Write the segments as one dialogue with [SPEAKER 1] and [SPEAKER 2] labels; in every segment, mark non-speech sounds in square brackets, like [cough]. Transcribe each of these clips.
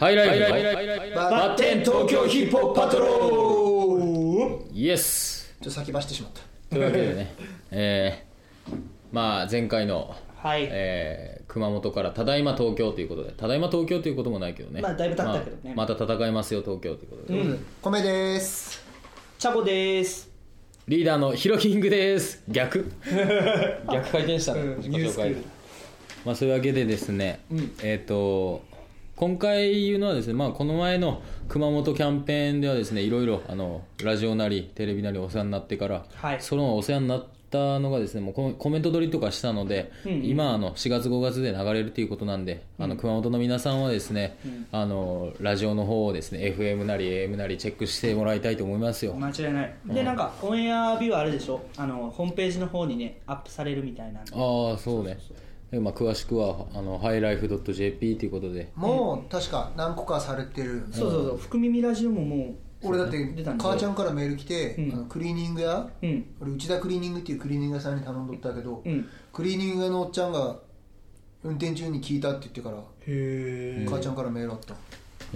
[SPEAKER 1] ハイライブ
[SPEAKER 2] バッテン東京ヒップホップパトロール
[SPEAKER 1] イエス
[SPEAKER 2] ちょっと先走ってしまった
[SPEAKER 1] というわけで
[SPEAKER 3] [laughs]
[SPEAKER 1] ね、えーまあ前回の、
[SPEAKER 3] はい
[SPEAKER 1] えー熊本からただいま東京ということで、ただいま東京ということもないけどね。
[SPEAKER 3] まあだいぶ経ったけどね
[SPEAKER 1] まあまた戦いますよ東京ということで。
[SPEAKER 2] 米です
[SPEAKER 3] チャコです。
[SPEAKER 1] リーダーのヒロキングです。逆 [laughs] 逆回転したね。
[SPEAKER 3] うん
[SPEAKER 1] 自己紹
[SPEAKER 3] ニュ
[SPEAKER 1] 介
[SPEAKER 3] ースクール
[SPEAKER 1] まあそういうわけでですね、えっ、と、今回言うのはですね、まあこの前の熊本キャンペーンではですね、いろいろあの、ラジオなり、テレビなりお世話になってから、
[SPEAKER 3] はい
[SPEAKER 1] そのお世話になったのがですね、もうココメント撮りとかしたので、今あの、4月5月で流れるということなんで、あの、熊本の皆さんはですね、あの、ラジオの方をですね、FM なり AM なりチェックしてもらいたいと思いますよ。
[SPEAKER 3] 間違いない。で、なんか、オンエアビューあるでしょあの、ホームページの方にね、アップされるみたいなんで。
[SPEAKER 1] ああそうねでまあ、詳しくはあのハイライフ .jp ということで
[SPEAKER 2] もう確か何個かされてるよね
[SPEAKER 3] そうそうそう、福耳ラジオももう、
[SPEAKER 2] 俺だって
[SPEAKER 3] 出たんですよ
[SPEAKER 2] 母ちゃんからメール来て、
[SPEAKER 3] うん
[SPEAKER 2] あのクリーニング屋、
[SPEAKER 3] うん。
[SPEAKER 2] 俺内田クリーニングっていうクリーニング屋さんに頼んどったけど、
[SPEAKER 3] うん。
[SPEAKER 2] クリーニング屋のおっちゃんが運転中に聞いたって言ってから、
[SPEAKER 3] へ
[SPEAKER 2] 母ちゃんからメールあった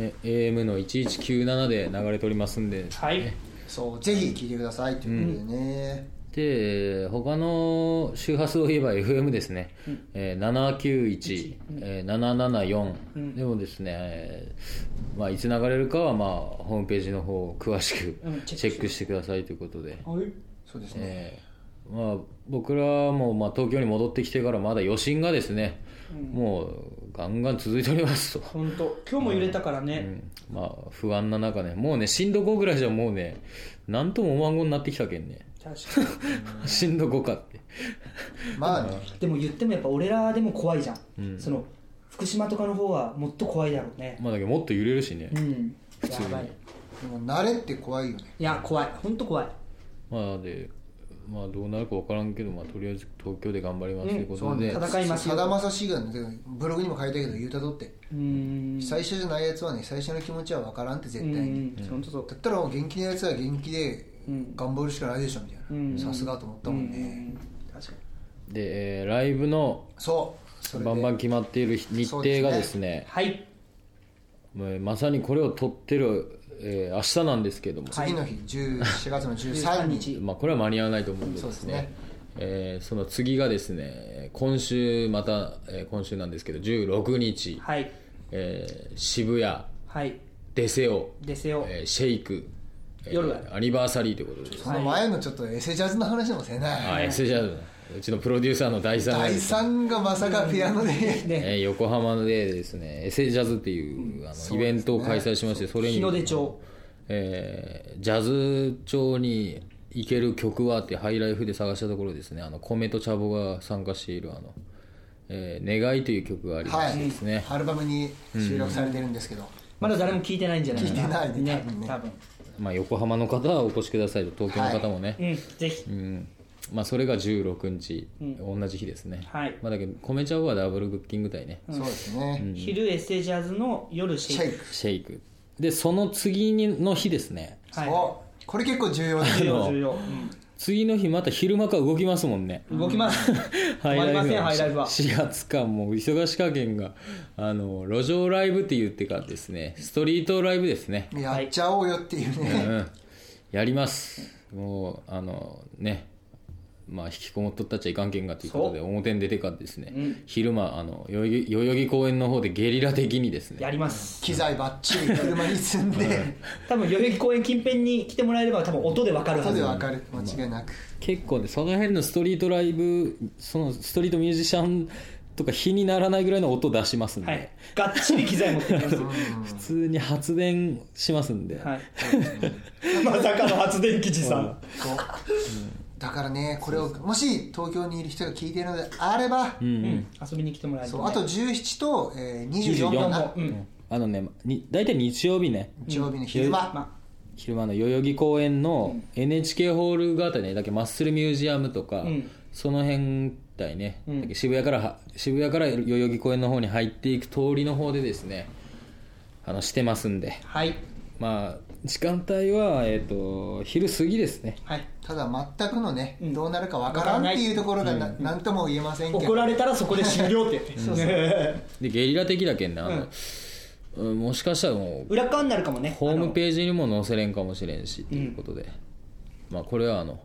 [SPEAKER 1] ね AM の1197で流れておりますんで
[SPEAKER 3] はい。
[SPEAKER 2] そうぜひ聞いてくださいっていうことでね、
[SPEAKER 1] で他の周波数を言えば FM ですね、えー791、えー774、
[SPEAKER 3] うん
[SPEAKER 1] でもですね、えーまあ、いつ流れるかは、まあ、ホームページの方を詳しく
[SPEAKER 3] うんチェックし
[SPEAKER 1] チェックしてくださいということで、
[SPEAKER 3] はい。
[SPEAKER 2] そうですね、
[SPEAKER 1] えーまあ、僕らも、まあ、東京に戻ってきてからまだ余震がですね、もうガンガン続いておりますと。
[SPEAKER 3] ほんと、今日も揺れたからね。
[SPEAKER 1] うんまあ不安な中ねもうね震度5ぐらいじゃもうねなんとも思わんごになってきたけんね [laughs]
[SPEAKER 3] 確か
[SPEAKER 1] 震度5かって
[SPEAKER 2] まあね
[SPEAKER 3] に。でも言ってもやっぱ俺らでも怖いじゃん。その、福島とかの方はもっと怖いだろうね。
[SPEAKER 1] まあだけどもっと揺れるしね、
[SPEAKER 3] うん。
[SPEAKER 1] 普通に
[SPEAKER 3] やばい。
[SPEAKER 2] でも慣れって怖いよね
[SPEAKER 3] いや、怖い。ほんと怖い。
[SPEAKER 1] まあでまあどうなるか分からんけど、まあ、とりあえず東京で頑張りますということで、
[SPEAKER 3] 戦います
[SPEAKER 2] さ
[SPEAKER 3] よ
[SPEAKER 2] だまさしがねブログにも書いたけど言うたとって
[SPEAKER 3] うーん。
[SPEAKER 2] 最初じゃないやつはね最初の気持ちは分からんって絶対に
[SPEAKER 3] うん。ほんとそう。
[SPEAKER 2] だったらもう元気なやつは元気で
[SPEAKER 3] うん
[SPEAKER 2] 頑張るしかないでしょみた
[SPEAKER 3] う
[SPEAKER 2] い
[SPEAKER 3] ん
[SPEAKER 2] なさすがと思ったもんね
[SPEAKER 3] うん。確かに。
[SPEAKER 1] で、えーライブの
[SPEAKER 2] そうそれで
[SPEAKER 1] バンバン決まっている日
[SPEAKER 2] そ
[SPEAKER 1] 程
[SPEAKER 2] うですね
[SPEAKER 1] がですね
[SPEAKER 3] はい。
[SPEAKER 1] もうまさにこれを撮ってる、えー明日なんですけども、
[SPEAKER 2] 次の日14月の13日
[SPEAKER 1] まあ、これは間に合わないと思うんで
[SPEAKER 2] そう
[SPEAKER 1] で
[SPEAKER 2] ですす
[SPEAKER 1] ね
[SPEAKER 2] ね
[SPEAKER 1] えーその次がですね今週また、えー今週なんですけど16日、
[SPEAKER 3] はい。
[SPEAKER 1] えー渋谷
[SPEAKER 3] はい。
[SPEAKER 1] デセオ、
[SPEAKER 3] ですよ。
[SPEAKER 1] えーシェイク、えー
[SPEAKER 3] 夜は
[SPEAKER 1] アニバーサリーということです
[SPEAKER 2] その前のちょっとエセジャズの話もせな
[SPEAKER 1] あ
[SPEAKER 2] い
[SPEAKER 1] s j うちのプロデューサーの第3
[SPEAKER 2] 第3がまさかピアノで
[SPEAKER 1] えー横浜でですねエセジャズっていうあのイベントを開催しましてそれに
[SPEAKER 3] 日の出町。
[SPEAKER 1] えージャズ調に行ける曲はってハイライフで探したところですねあの米と茶ボが参加しているあの、えー願い」という曲がありま
[SPEAKER 2] は
[SPEAKER 1] してですね、
[SPEAKER 2] いアルバムに収録されてるんですけど
[SPEAKER 3] まだ誰も聞いてないんじゃないか
[SPEAKER 2] 聞いてないね多分ね
[SPEAKER 3] 多分。
[SPEAKER 1] まあ、横浜の方はお越しくださいと東京の方もね、
[SPEAKER 3] うん。ぜひ。
[SPEAKER 1] うんまあ、それが16日、同じ日ですね、
[SPEAKER 3] はい
[SPEAKER 1] まあ、だけど米茶ボはダブルブッキング隊ね、
[SPEAKER 2] そうですね
[SPEAKER 3] 昼エッセジャズの夜シ
[SPEAKER 2] シ
[SPEAKER 3] ェ
[SPEAKER 2] ェ
[SPEAKER 3] イ
[SPEAKER 2] イ
[SPEAKER 3] ク。
[SPEAKER 2] ク
[SPEAKER 1] シェイクでその次にの日ですね
[SPEAKER 3] は
[SPEAKER 2] そうこれ結構重要です
[SPEAKER 3] い。重要
[SPEAKER 1] の
[SPEAKER 3] 重要。
[SPEAKER 1] 次の日また昼間から動きますもんね
[SPEAKER 3] うん動きます。
[SPEAKER 1] ハ
[SPEAKER 3] 止まりませんハイライブは。
[SPEAKER 1] 4月間もう忙し加減があの路上ライブって言ってからですねストリートライブですね、
[SPEAKER 2] やっちゃおうよっていう
[SPEAKER 1] う
[SPEAKER 2] ね
[SPEAKER 1] ん、やりますもうあのねまあ引きこもっとったっちゃいかんけんがということで表に出てからですね、昼間あの代々木代々木公園の方でゲリラ的にですね
[SPEAKER 3] やります。
[SPEAKER 2] 機材ばっちり車に積んで
[SPEAKER 3] 多分代々木公園近辺に来てもらえれば多分音でわかるは
[SPEAKER 2] 後で
[SPEAKER 3] ず。
[SPEAKER 2] 分かる間違いなく
[SPEAKER 1] 結構ねその辺のストリートライブそのストリートミュージシャンとか比にならないぐらいの音出しますんで、
[SPEAKER 3] はい。がっちり機材持ってきます。
[SPEAKER 1] 普通に発電しますんで、
[SPEAKER 2] [laughs]
[SPEAKER 3] はい。まさかの発電機持参。
[SPEAKER 2] そうだからねこれをもし東京にいる人が聞いているのであれば、
[SPEAKER 3] うん。遊びに来てもらえる
[SPEAKER 2] そ
[SPEAKER 3] と
[SPEAKER 2] う
[SPEAKER 3] ね。
[SPEAKER 2] あと17と、えー、24かな
[SPEAKER 3] うん。
[SPEAKER 1] あのねに大体日曜日ね
[SPEAKER 2] 日曜日の昼間、
[SPEAKER 3] ま
[SPEAKER 1] 昼間の代々木公園の NHK ホールがあたりねだけマッスルミュージアムとか、
[SPEAKER 3] ん
[SPEAKER 1] その辺だいね、
[SPEAKER 3] ん
[SPEAKER 1] だけ渋谷からは渋谷から代々木公園の方に入っていく通りの方でですねあのしてますんで
[SPEAKER 3] あ。はい。
[SPEAKER 1] まあ時間帯は、えっと昼過ぎですね
[SPEAKER 3] はい。
[SPEAKER 2] ただ全くのね、
[SPEAKER 3] うん
[SPEAKER 2] どうなるか分からんっていうところがな何、とも言えませんけど [laughs]
[SPEAKER 3] 怒られたらそこで終了って。そうそう。
[SPEAKER 1] でゲリラ的だけんな、あのうん、もしかしたらもう
[SPEAKER 3] [laughs] 裏側になるかもね
[SPEAKER 1] ホーム
[SPEAKER 3] ー
[SPEAKER 1] ページにも載せれんかもしれんしっていうことで、まあこれはあの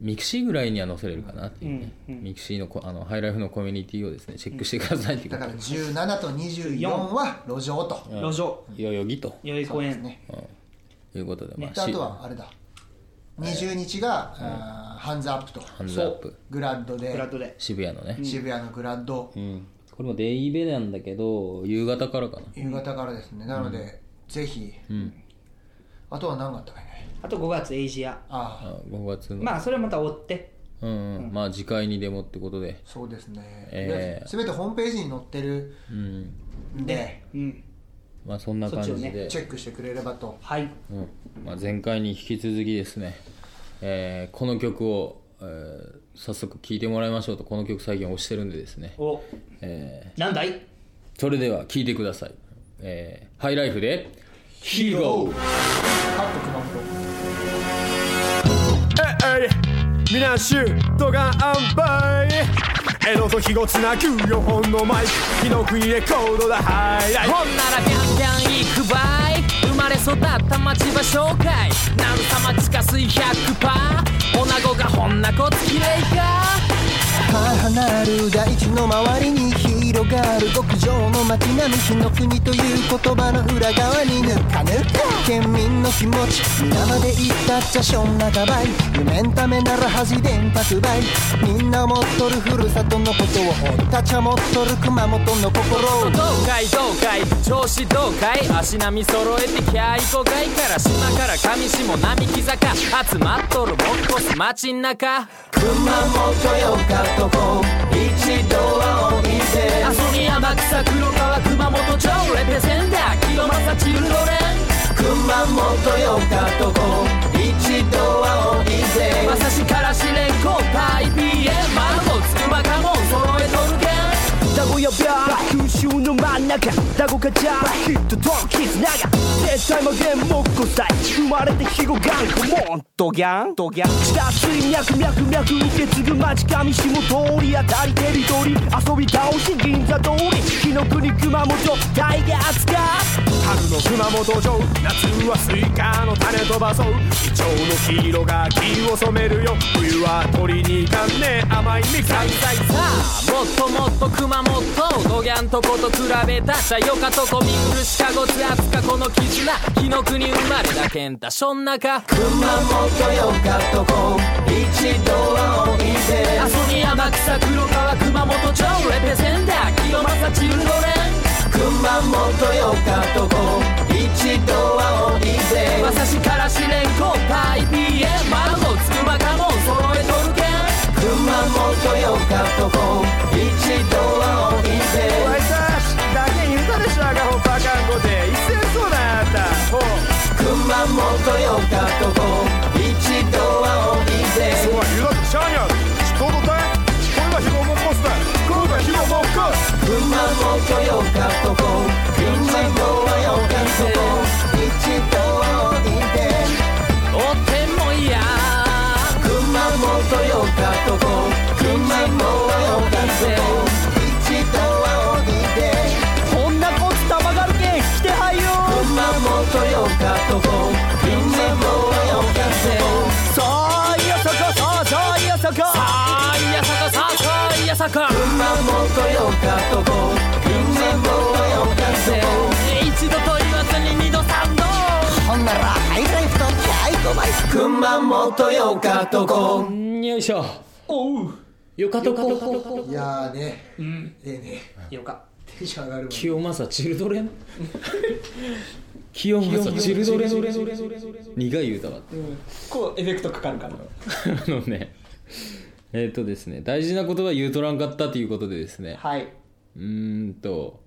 [SPEAKER 1] ミクシーぐらいには載せれるかなっていうね、
[SPEAKER 3] うんうん
[SPEAKER 1] ミクシーのこあのハイライフのコミュニティをですねチェックしてくださいっていうこ
[SPEAKER 2] だ
[SPEAKER 1] と
[SPEAKER 2] から17と24は路上と、
[SPEAKER 1] うん
[SPEAKER 3] 路上
[SPEAKER 1] 代々木と
[SPEAKER 3] 代々木公園
[SPEAKER 2] ね
[SPEAKER 1] いうことで、ま
[SPEAKER 2] であ
[SPEAKER 1] し
[SPEAKER 2] とはあれだ20日が、あーハンズアップと
[SPEAKER 1] ハンズアップ
[SPEAKER 2] グラッド
[SPEAKER 3] ブラ
[SPEAKER 2] で
[SPEAKER 3] ッドで
[SPEAKER 1] 渋谷のね、
[SPEAKER 2] 渋谷のグラッド、
[SPEAKER 1] うんこれもデイベなんだけど夕方からかな
[SPEAKER 2] 夕方からですねなので、ぜひ、あとは何があったかいね
[SPEAKER 3] あと5月エイジア
[SPEAKER 2] ああ
[SPEAKER 1] あ5月の、
[SPEAKER 3] まあそれはまた追って
[SPEAKER 1] うんうんまあ次回にでもってことで
[SPEAKER 2] そうですね、
[SPEAKER 1] えー
[SPEAKER 2] すべてホームページに載ってる
[SPEAKER 1] うん
[SPEAKER 2] んで、
[SPEAKER 3] うん
[SPEAKER 1] まあそんな感じ
[SPEAKER 3] そっちを
[SPEAKER 1] で、
[SPEAKER 2] チェックしてくれればと
[SPEAKER 3] はい
[SPEAKER 1] うんまあ、前回に引き続きですね、えーこの曲を、えー早速聴いてもらいましょうとこの曲最近推してるんでですね、
[SPEAKER 3] お
[SPEAKER 1] え
[SPEAKER 3] なんだい
[SPEAKER 1] ーそれでは聴いてください、えーハイライフで「ヒーロー」
[SPEAKER 2] カット熊本
[SPEAKER 4] えい皆シュートガンアンバイ江戸と肥後つなぐ4本のマイク火の国レコードだハイライ
[SPEAKER 5] ほんならギャンギャン行くばい生まれ育った町場紹介なんた町か水100パー女子がほんなこつきれいか
[SPEAKER 6] 母なる大地の周りに広がる極上の街並み火の国という言葉の裏側にぬかぬか県民の気持ち皆まで言ったっちゃしょんなかばい夢んためなら恥電白ばいみんな思っとるふるさとのことを追ったちゃ持っとる熊本の心を
[SPEAKER 5] どうかいどうかい調子どうかい足並み揃えてきゃいこがいから島から上下並木坂集まっとるもんこす街ん中
[SPEAKER 6] 熊本よかとこ一度はお店
[SPEAKER 5] 阿蘇に天草黒川熊本町レペゼンダー清正チルドレン
[SPEAKER 6] 熊本よかとこ一度はおいぜ
[SPEAKER 5] まさしからしれんこパイ PM 丸もつくばかもん揃えとるけん
[SPEAKER 7] 名古屋バー空襲の真ん中名古屋ジャーヒットと絆が絶対無限もっこさい生まれて肥後がんこもんドギャンドギャン下水脈脈脈受け継ぐ町上下通り当たりテリトリー遊び倒し銀座通り火の国熊本大ガーツか
[SPEAKER 4] 春の熊本城夏はスイカの種飛ばそうイチョウの黄色が木を染めるよ冬は鳥に行かんねえ甘いミ
[SPEAKER 5] さ
[SPEAKER 4] カン
[SPEAKER 5] あもっともっと熊本どぎゃんとこと比べたしゃよかとこ見うるしかごつあつかこの絆火の国生まれだけんだそん中
[SPEAKER 6] 熊本よかとこ一度はおいぜ
[SPEAKER 5] 阿蘇に天草黒川熊本町レペゼンダー清正チルドレン
[SPEAKER 6] 熊本よかとこ一度はおいぜ
[SPEAKER 5] まさしからしれんこパイ PM 丸もつくばかもん揃えとるけん
[SPEAKER 6] 熊本よかとこ一度はおいぜ
[SPEAKER 4] おいさしだけ許されしながほバカンゴで一戦そうだあったほう
[SPEAKER 6] 熊本よかとこ一度はおいぜ
[SPEAKER 4] は許だってしゃあにゃちょうどだいこれは肥後もっこすだこれは肥後もっこす
[SPEAKER 6] 熊本よかとこ一度はよかとこ一度はおいぜ
[SPEAKER 5] とってもいや
[SPEAKER 6] 熊本よかとこ熊本よかとこ一度は鬼で
[SPEAKER 7] こんなこつたまがるけん来てはいよ
[SPEAKER 6] 熊本よかとこみんなもよかと
[SPEAKER 7] さあいやそこさあさあいやそこ
[SPEAKER 5] あーいやさかさあさあいやさか
[SPEAKER 6] こ熊本よかとこみんなもよかと
[SPEAKER 5] 一度と言わずに二度三度
[SPEAKER 6] こほんならハイライフと最後ま熊本よかとこ
[SPEAKER 1] うんよいしょ
[SPEAKER 3] おう
[SPEAKER 1] よかとかと
[SPEAKER 2] いやーね、ええね
[SPEAKER 3] よか
[SPEAKER 2] テンション上がるわ
[SPEAKER 1] 清正チルド
[SPEAKER 3] [laughs]
[SPEAKER 1] レン清正チルドレン苦い歌があって
[SPEAKER 3] こうエフェクトかかるか
[SPEAKER 1] [laughs]
[SPEAKER 3] ら
[SPEAKER 1] あのねえっ、とですね大事なことは言うとらんかったということでですね
[SPEAKER 3] はいう
[SPEAKER 1] ーんと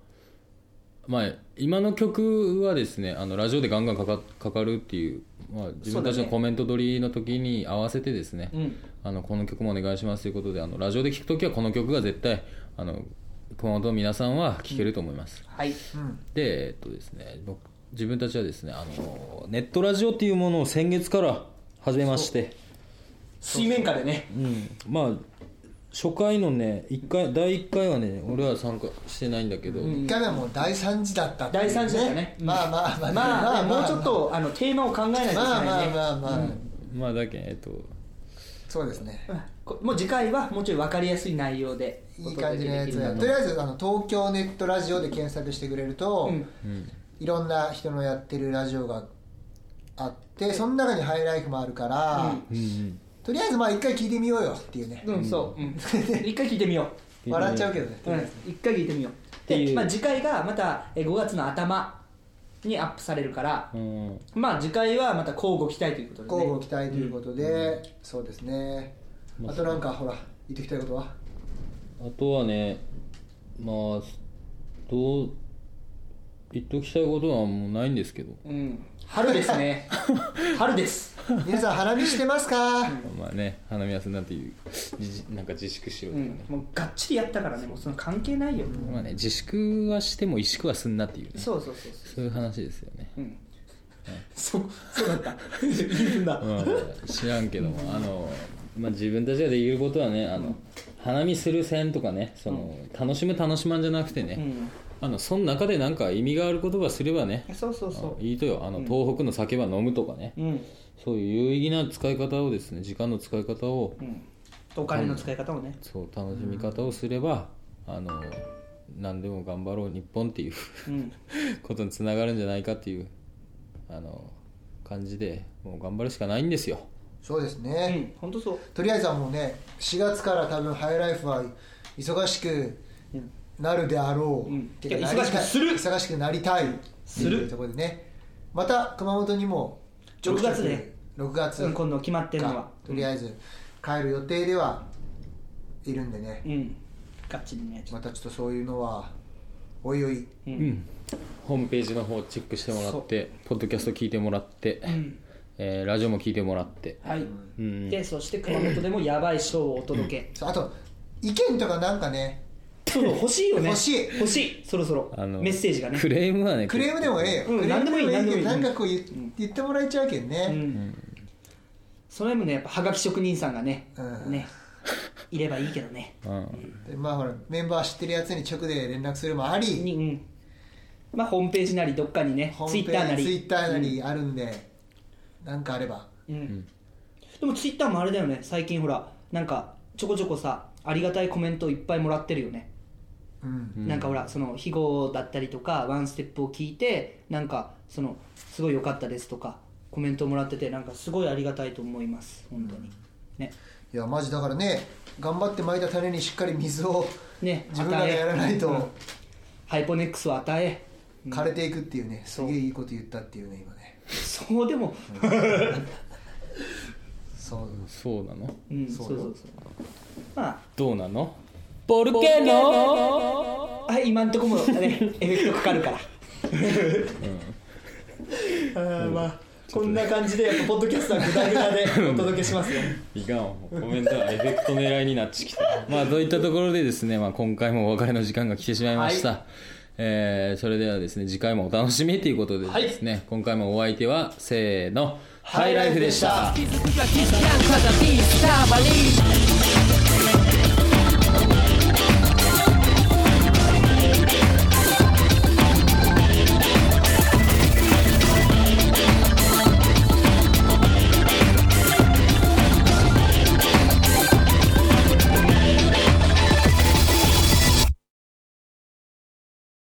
[SPEAKER 1] まあ今の曲はですねあのラジオでガンガンかかかかるっていう、まあ、自分たち
[SPEAKER 3] そうだ
[SPEAKER 1] の
[SPEAKER 3] ね
[SPEAKER 1] コメント取りの時に合わせてですね
[SPEAKER 3] ん
[SPEAKER 1] あのこの曲もお願いしますということであのラジオで聴く時はこの曲が絶対あの熊本の皆さんは聴けると思います、
[SPEAKER 3] はい
[SPEAKER 1] でえっとですね僕自分たちはですねあのネットラジオっていうものを先月から始めまして
[SPEAKER 3] 水面下でね
[SPEAKER 1] まあ初回のね一回第1回はね俺は参加してないんだけど、
[SPEAKER 2] 1回目はもう大惨事だったっていう
[SPEAKER 3] 大惨事だったねうん
[SPEAKER 2] まあまあまあ
[SPEAKER 3] まあ、
[SPEAKER 2] ま
[SPEAKER 3] もうちょっとあのテーマを考えないといけないね、
[SPEAKER 2] まあまあまあまあ、
[SPEAKER 1] まあだけんえっと
[SPEAKER 2] そうですね
[SPEAKER 3] うんこもう次回はもうちょい分かりやすい内容で
[SPEAKER 2] いい感じのやつ
[SPEAKER 3] お
[SPEAKER 2] や
[SPEAKER 3] 届
[SPEAKER 2] と
[SPEAKER 3] けでき
[SPEAKER 2] り
[SPEAKER 3] る
[SPEAKER 2] あえずあの東京ネットラジオで検索してくれると、
[SPEAKER 3] うん
[SPEAKER 2] いろんな人のやってるラジオがあってその中にハイライフもあるから、とりあえずまあ一回聞いてみようよっていうね、
[SPEAKER 3] うん、そう、うん、 [laughs] 一回聞いてみよ
[SPEAKER 2] 笑っちゃうけどね、
[SPEAKER 3] う、うん、一回聞いてみよう
[SPEAKER 1] てい
[SPEAKER 3] で、
[SPEAKER 1] う
[SPEAKER 3] まあ、次回がまたえー5月の頭にアップされるから、
[SPEAKER 1] うん
[SPEAKER 3] まあ次回はまた交互期待ということで、ね、
[SPEAKER 2] 交互期待ということで、そうですねあとなんかほら言っておきたいことは
[SPEAKER 1] あとはねまあどう言っときたいことはもうないんですけど
[SPEAKER 3] うん、春ですね [laughs] 春です
[SPEAKER 2] 皆さん花見してますか、
[SPEAKER 1] まあね花見休んだっていうじなんか自粛しろ
[SPEAKER 3] う
[SPEAKER 1] とか
[SPEAKER 3] ん
[SPEAKER 1] ね、、
[SPEAKER 3] もうがっちりやったからねもうその関係ないよ、
[SPEAKER 1] まあね自粛はしても萎縮はすんなっていう、ね、
[SPEAKER 3] そうそうそうそ
[SPEAKER 1] そういう話ですよね、
[SPEAKER 3] う、うん、そうそうだった言うんだ、
[SPEAKER 1] うん、知らんけどもあの、まあ、自分たちができることはねあの花見する線とかねその楽しむ楽しまんじゃなくてね、あのその中でなんか意味がある言葉すればね
[SPEAKER 3] うん、そうそうそ
[SPEAKER 1] いいとよあの東北の酒は飲むとかね、
[SPEAKER 3] ううん
[SPEAKER 1] そういう有意義な使い方をですね時間の使い方を、
[SPEAKER 3] お金の使い方をね、
[SPEAKER 1] そう楽しみ方をすれば、あの何でも頑張ろう日本っていう [laughs]
[SPEAKER 3] うん、
[SPEAKER 1] ことにつながるんじゃないかっていうあの感じでもう頑張るしかないんですよ
[SPEAKER 2] そうですね、
[SPEAKER 3] うん、本当そう
[SPEAKER 2] とりあえずはもうね4月から多分ハイライフは忙しくなるであろう、
[SPEAKER 3] うん
[SPEAKER 2] て
[SPEAKER 3] いや
[SPEAKER 2] なりたい
[SPEAKER 3] 忙しくする
[SPEAKER 2] 忙しくなりたい
[SPEAKER 3] する
[SPEAKER 2] というところでねまた熊本にも
[SPEAKER 3] 6月ね
[SPEAKER 2] 6月
[SPEAKER 3] うん今度決まってるのは
[SPEAKER 2] かとりあえず帰る予定ではいるんでね、
[SPEAKER 3] うんガッチリねちょっ
[SPEAKER 2] またちょっとそういうのはおいおい
[SPEAKER 1] ホームページの方チェックしてもらってポッドキャスト聞いてもらって、えーラジオも聞いてもらって
[SPEAKER 3] とはい、でそして熊本でもやばい賞をお届け、
[SPEAKER 2] そうあと意見とかなんかね
[SPEAKER 3] そうそう欲しいよね
[SPEAKER 2] 欲しい
[SPEAKER 3] 欲しいそろそろ
[SPEAKER 1] あの
[SPEAKER 3] メッセージがね
[SPEAKER 1] クレームはね
[SPEAKER 2] クレームでもええよ、
[SPEAKER 3] うん
[SPEAKER 2] クレームでも
[SPEAKER 3] 何でもいい
[SPEAKER 2] けどな
[SPEAKER 3] 何
[SPEAKER 2] ん
[SPEAKER 3] でもいい
[SPEAKER 2] かこう言,、言ってもらえちゃうけんね、
[SPEAKER 3] それもねやっぱはがき職人さんがね、
[SPEAKER 2] うん
[SPEAKER 3] ねいればいいけどね
[SPEAKER 1] うん
[SPEAKER 2] でまあほらメンバー知ってるやつに直で連絡するもあり、
[SPEAKER 3] にうんまあホームページなりどっかにね
[SPEAKER 2] ホ
[SPEAKER 3] ツイ
[SPEAKER 2] ームペ
[SPEAKER 3] ッターな
[SPEAKER 2] ージ
[SPEAKER 3] り
[SPEAKER 2] ツイッターなりあるんで、なんかあれば
[SPEAKER 3] うんでもツイッターもあれだよね最近ほらなんかちょこちょこさありがたいコメントいっぱいもらってるよね、
[SPEAKER 2] うん
[SPEAKER 3] なんかほらその非語だったりとかワンステップを聞いてなんかそのすごい良かったですとかコメントもらっててなんかすごいありがたいと思います本当に、ね
[SPEAKER 2] いやマジだからね頑張って巻いた種にしっかり水を
[SPEAKER 3] ね
[SPEAKER 2] 自分らがやらない
[SPEAKER 3] 与えうん
[SPEAKER 2] と
[SPEAKER 3] ハイポネックスを与え
[SPEAKER 2] 枯れていくっていうね、すげえいいこと言ったっていうね今ね
[SPEAKER 3] そうでも、
[SPEAKER 2] そう
[SPEAKER 1] そうなの
[SPEAKER 3] うん、そうそうそうま
[SPEAKER 1] どうなのボルケーノ
[SPEAKER 3] あはい今んとこもね [laughs] エフェクトかかるからあーまあこんな感じでやっぱポッドキャストはグダグダでお届けしますよ
[SPEAKER 1] いかんわもうコメントはエフェクト狙いになってきた [laughs] まあといったところでですね、まあ、今回もお別れの時間が来てしまいました、えーそれではですね次回もお楽しみということでですね、今回もお相手はせーのハイライフでした
[SPEAKER 5] 気づきが気づかんただビースターバリー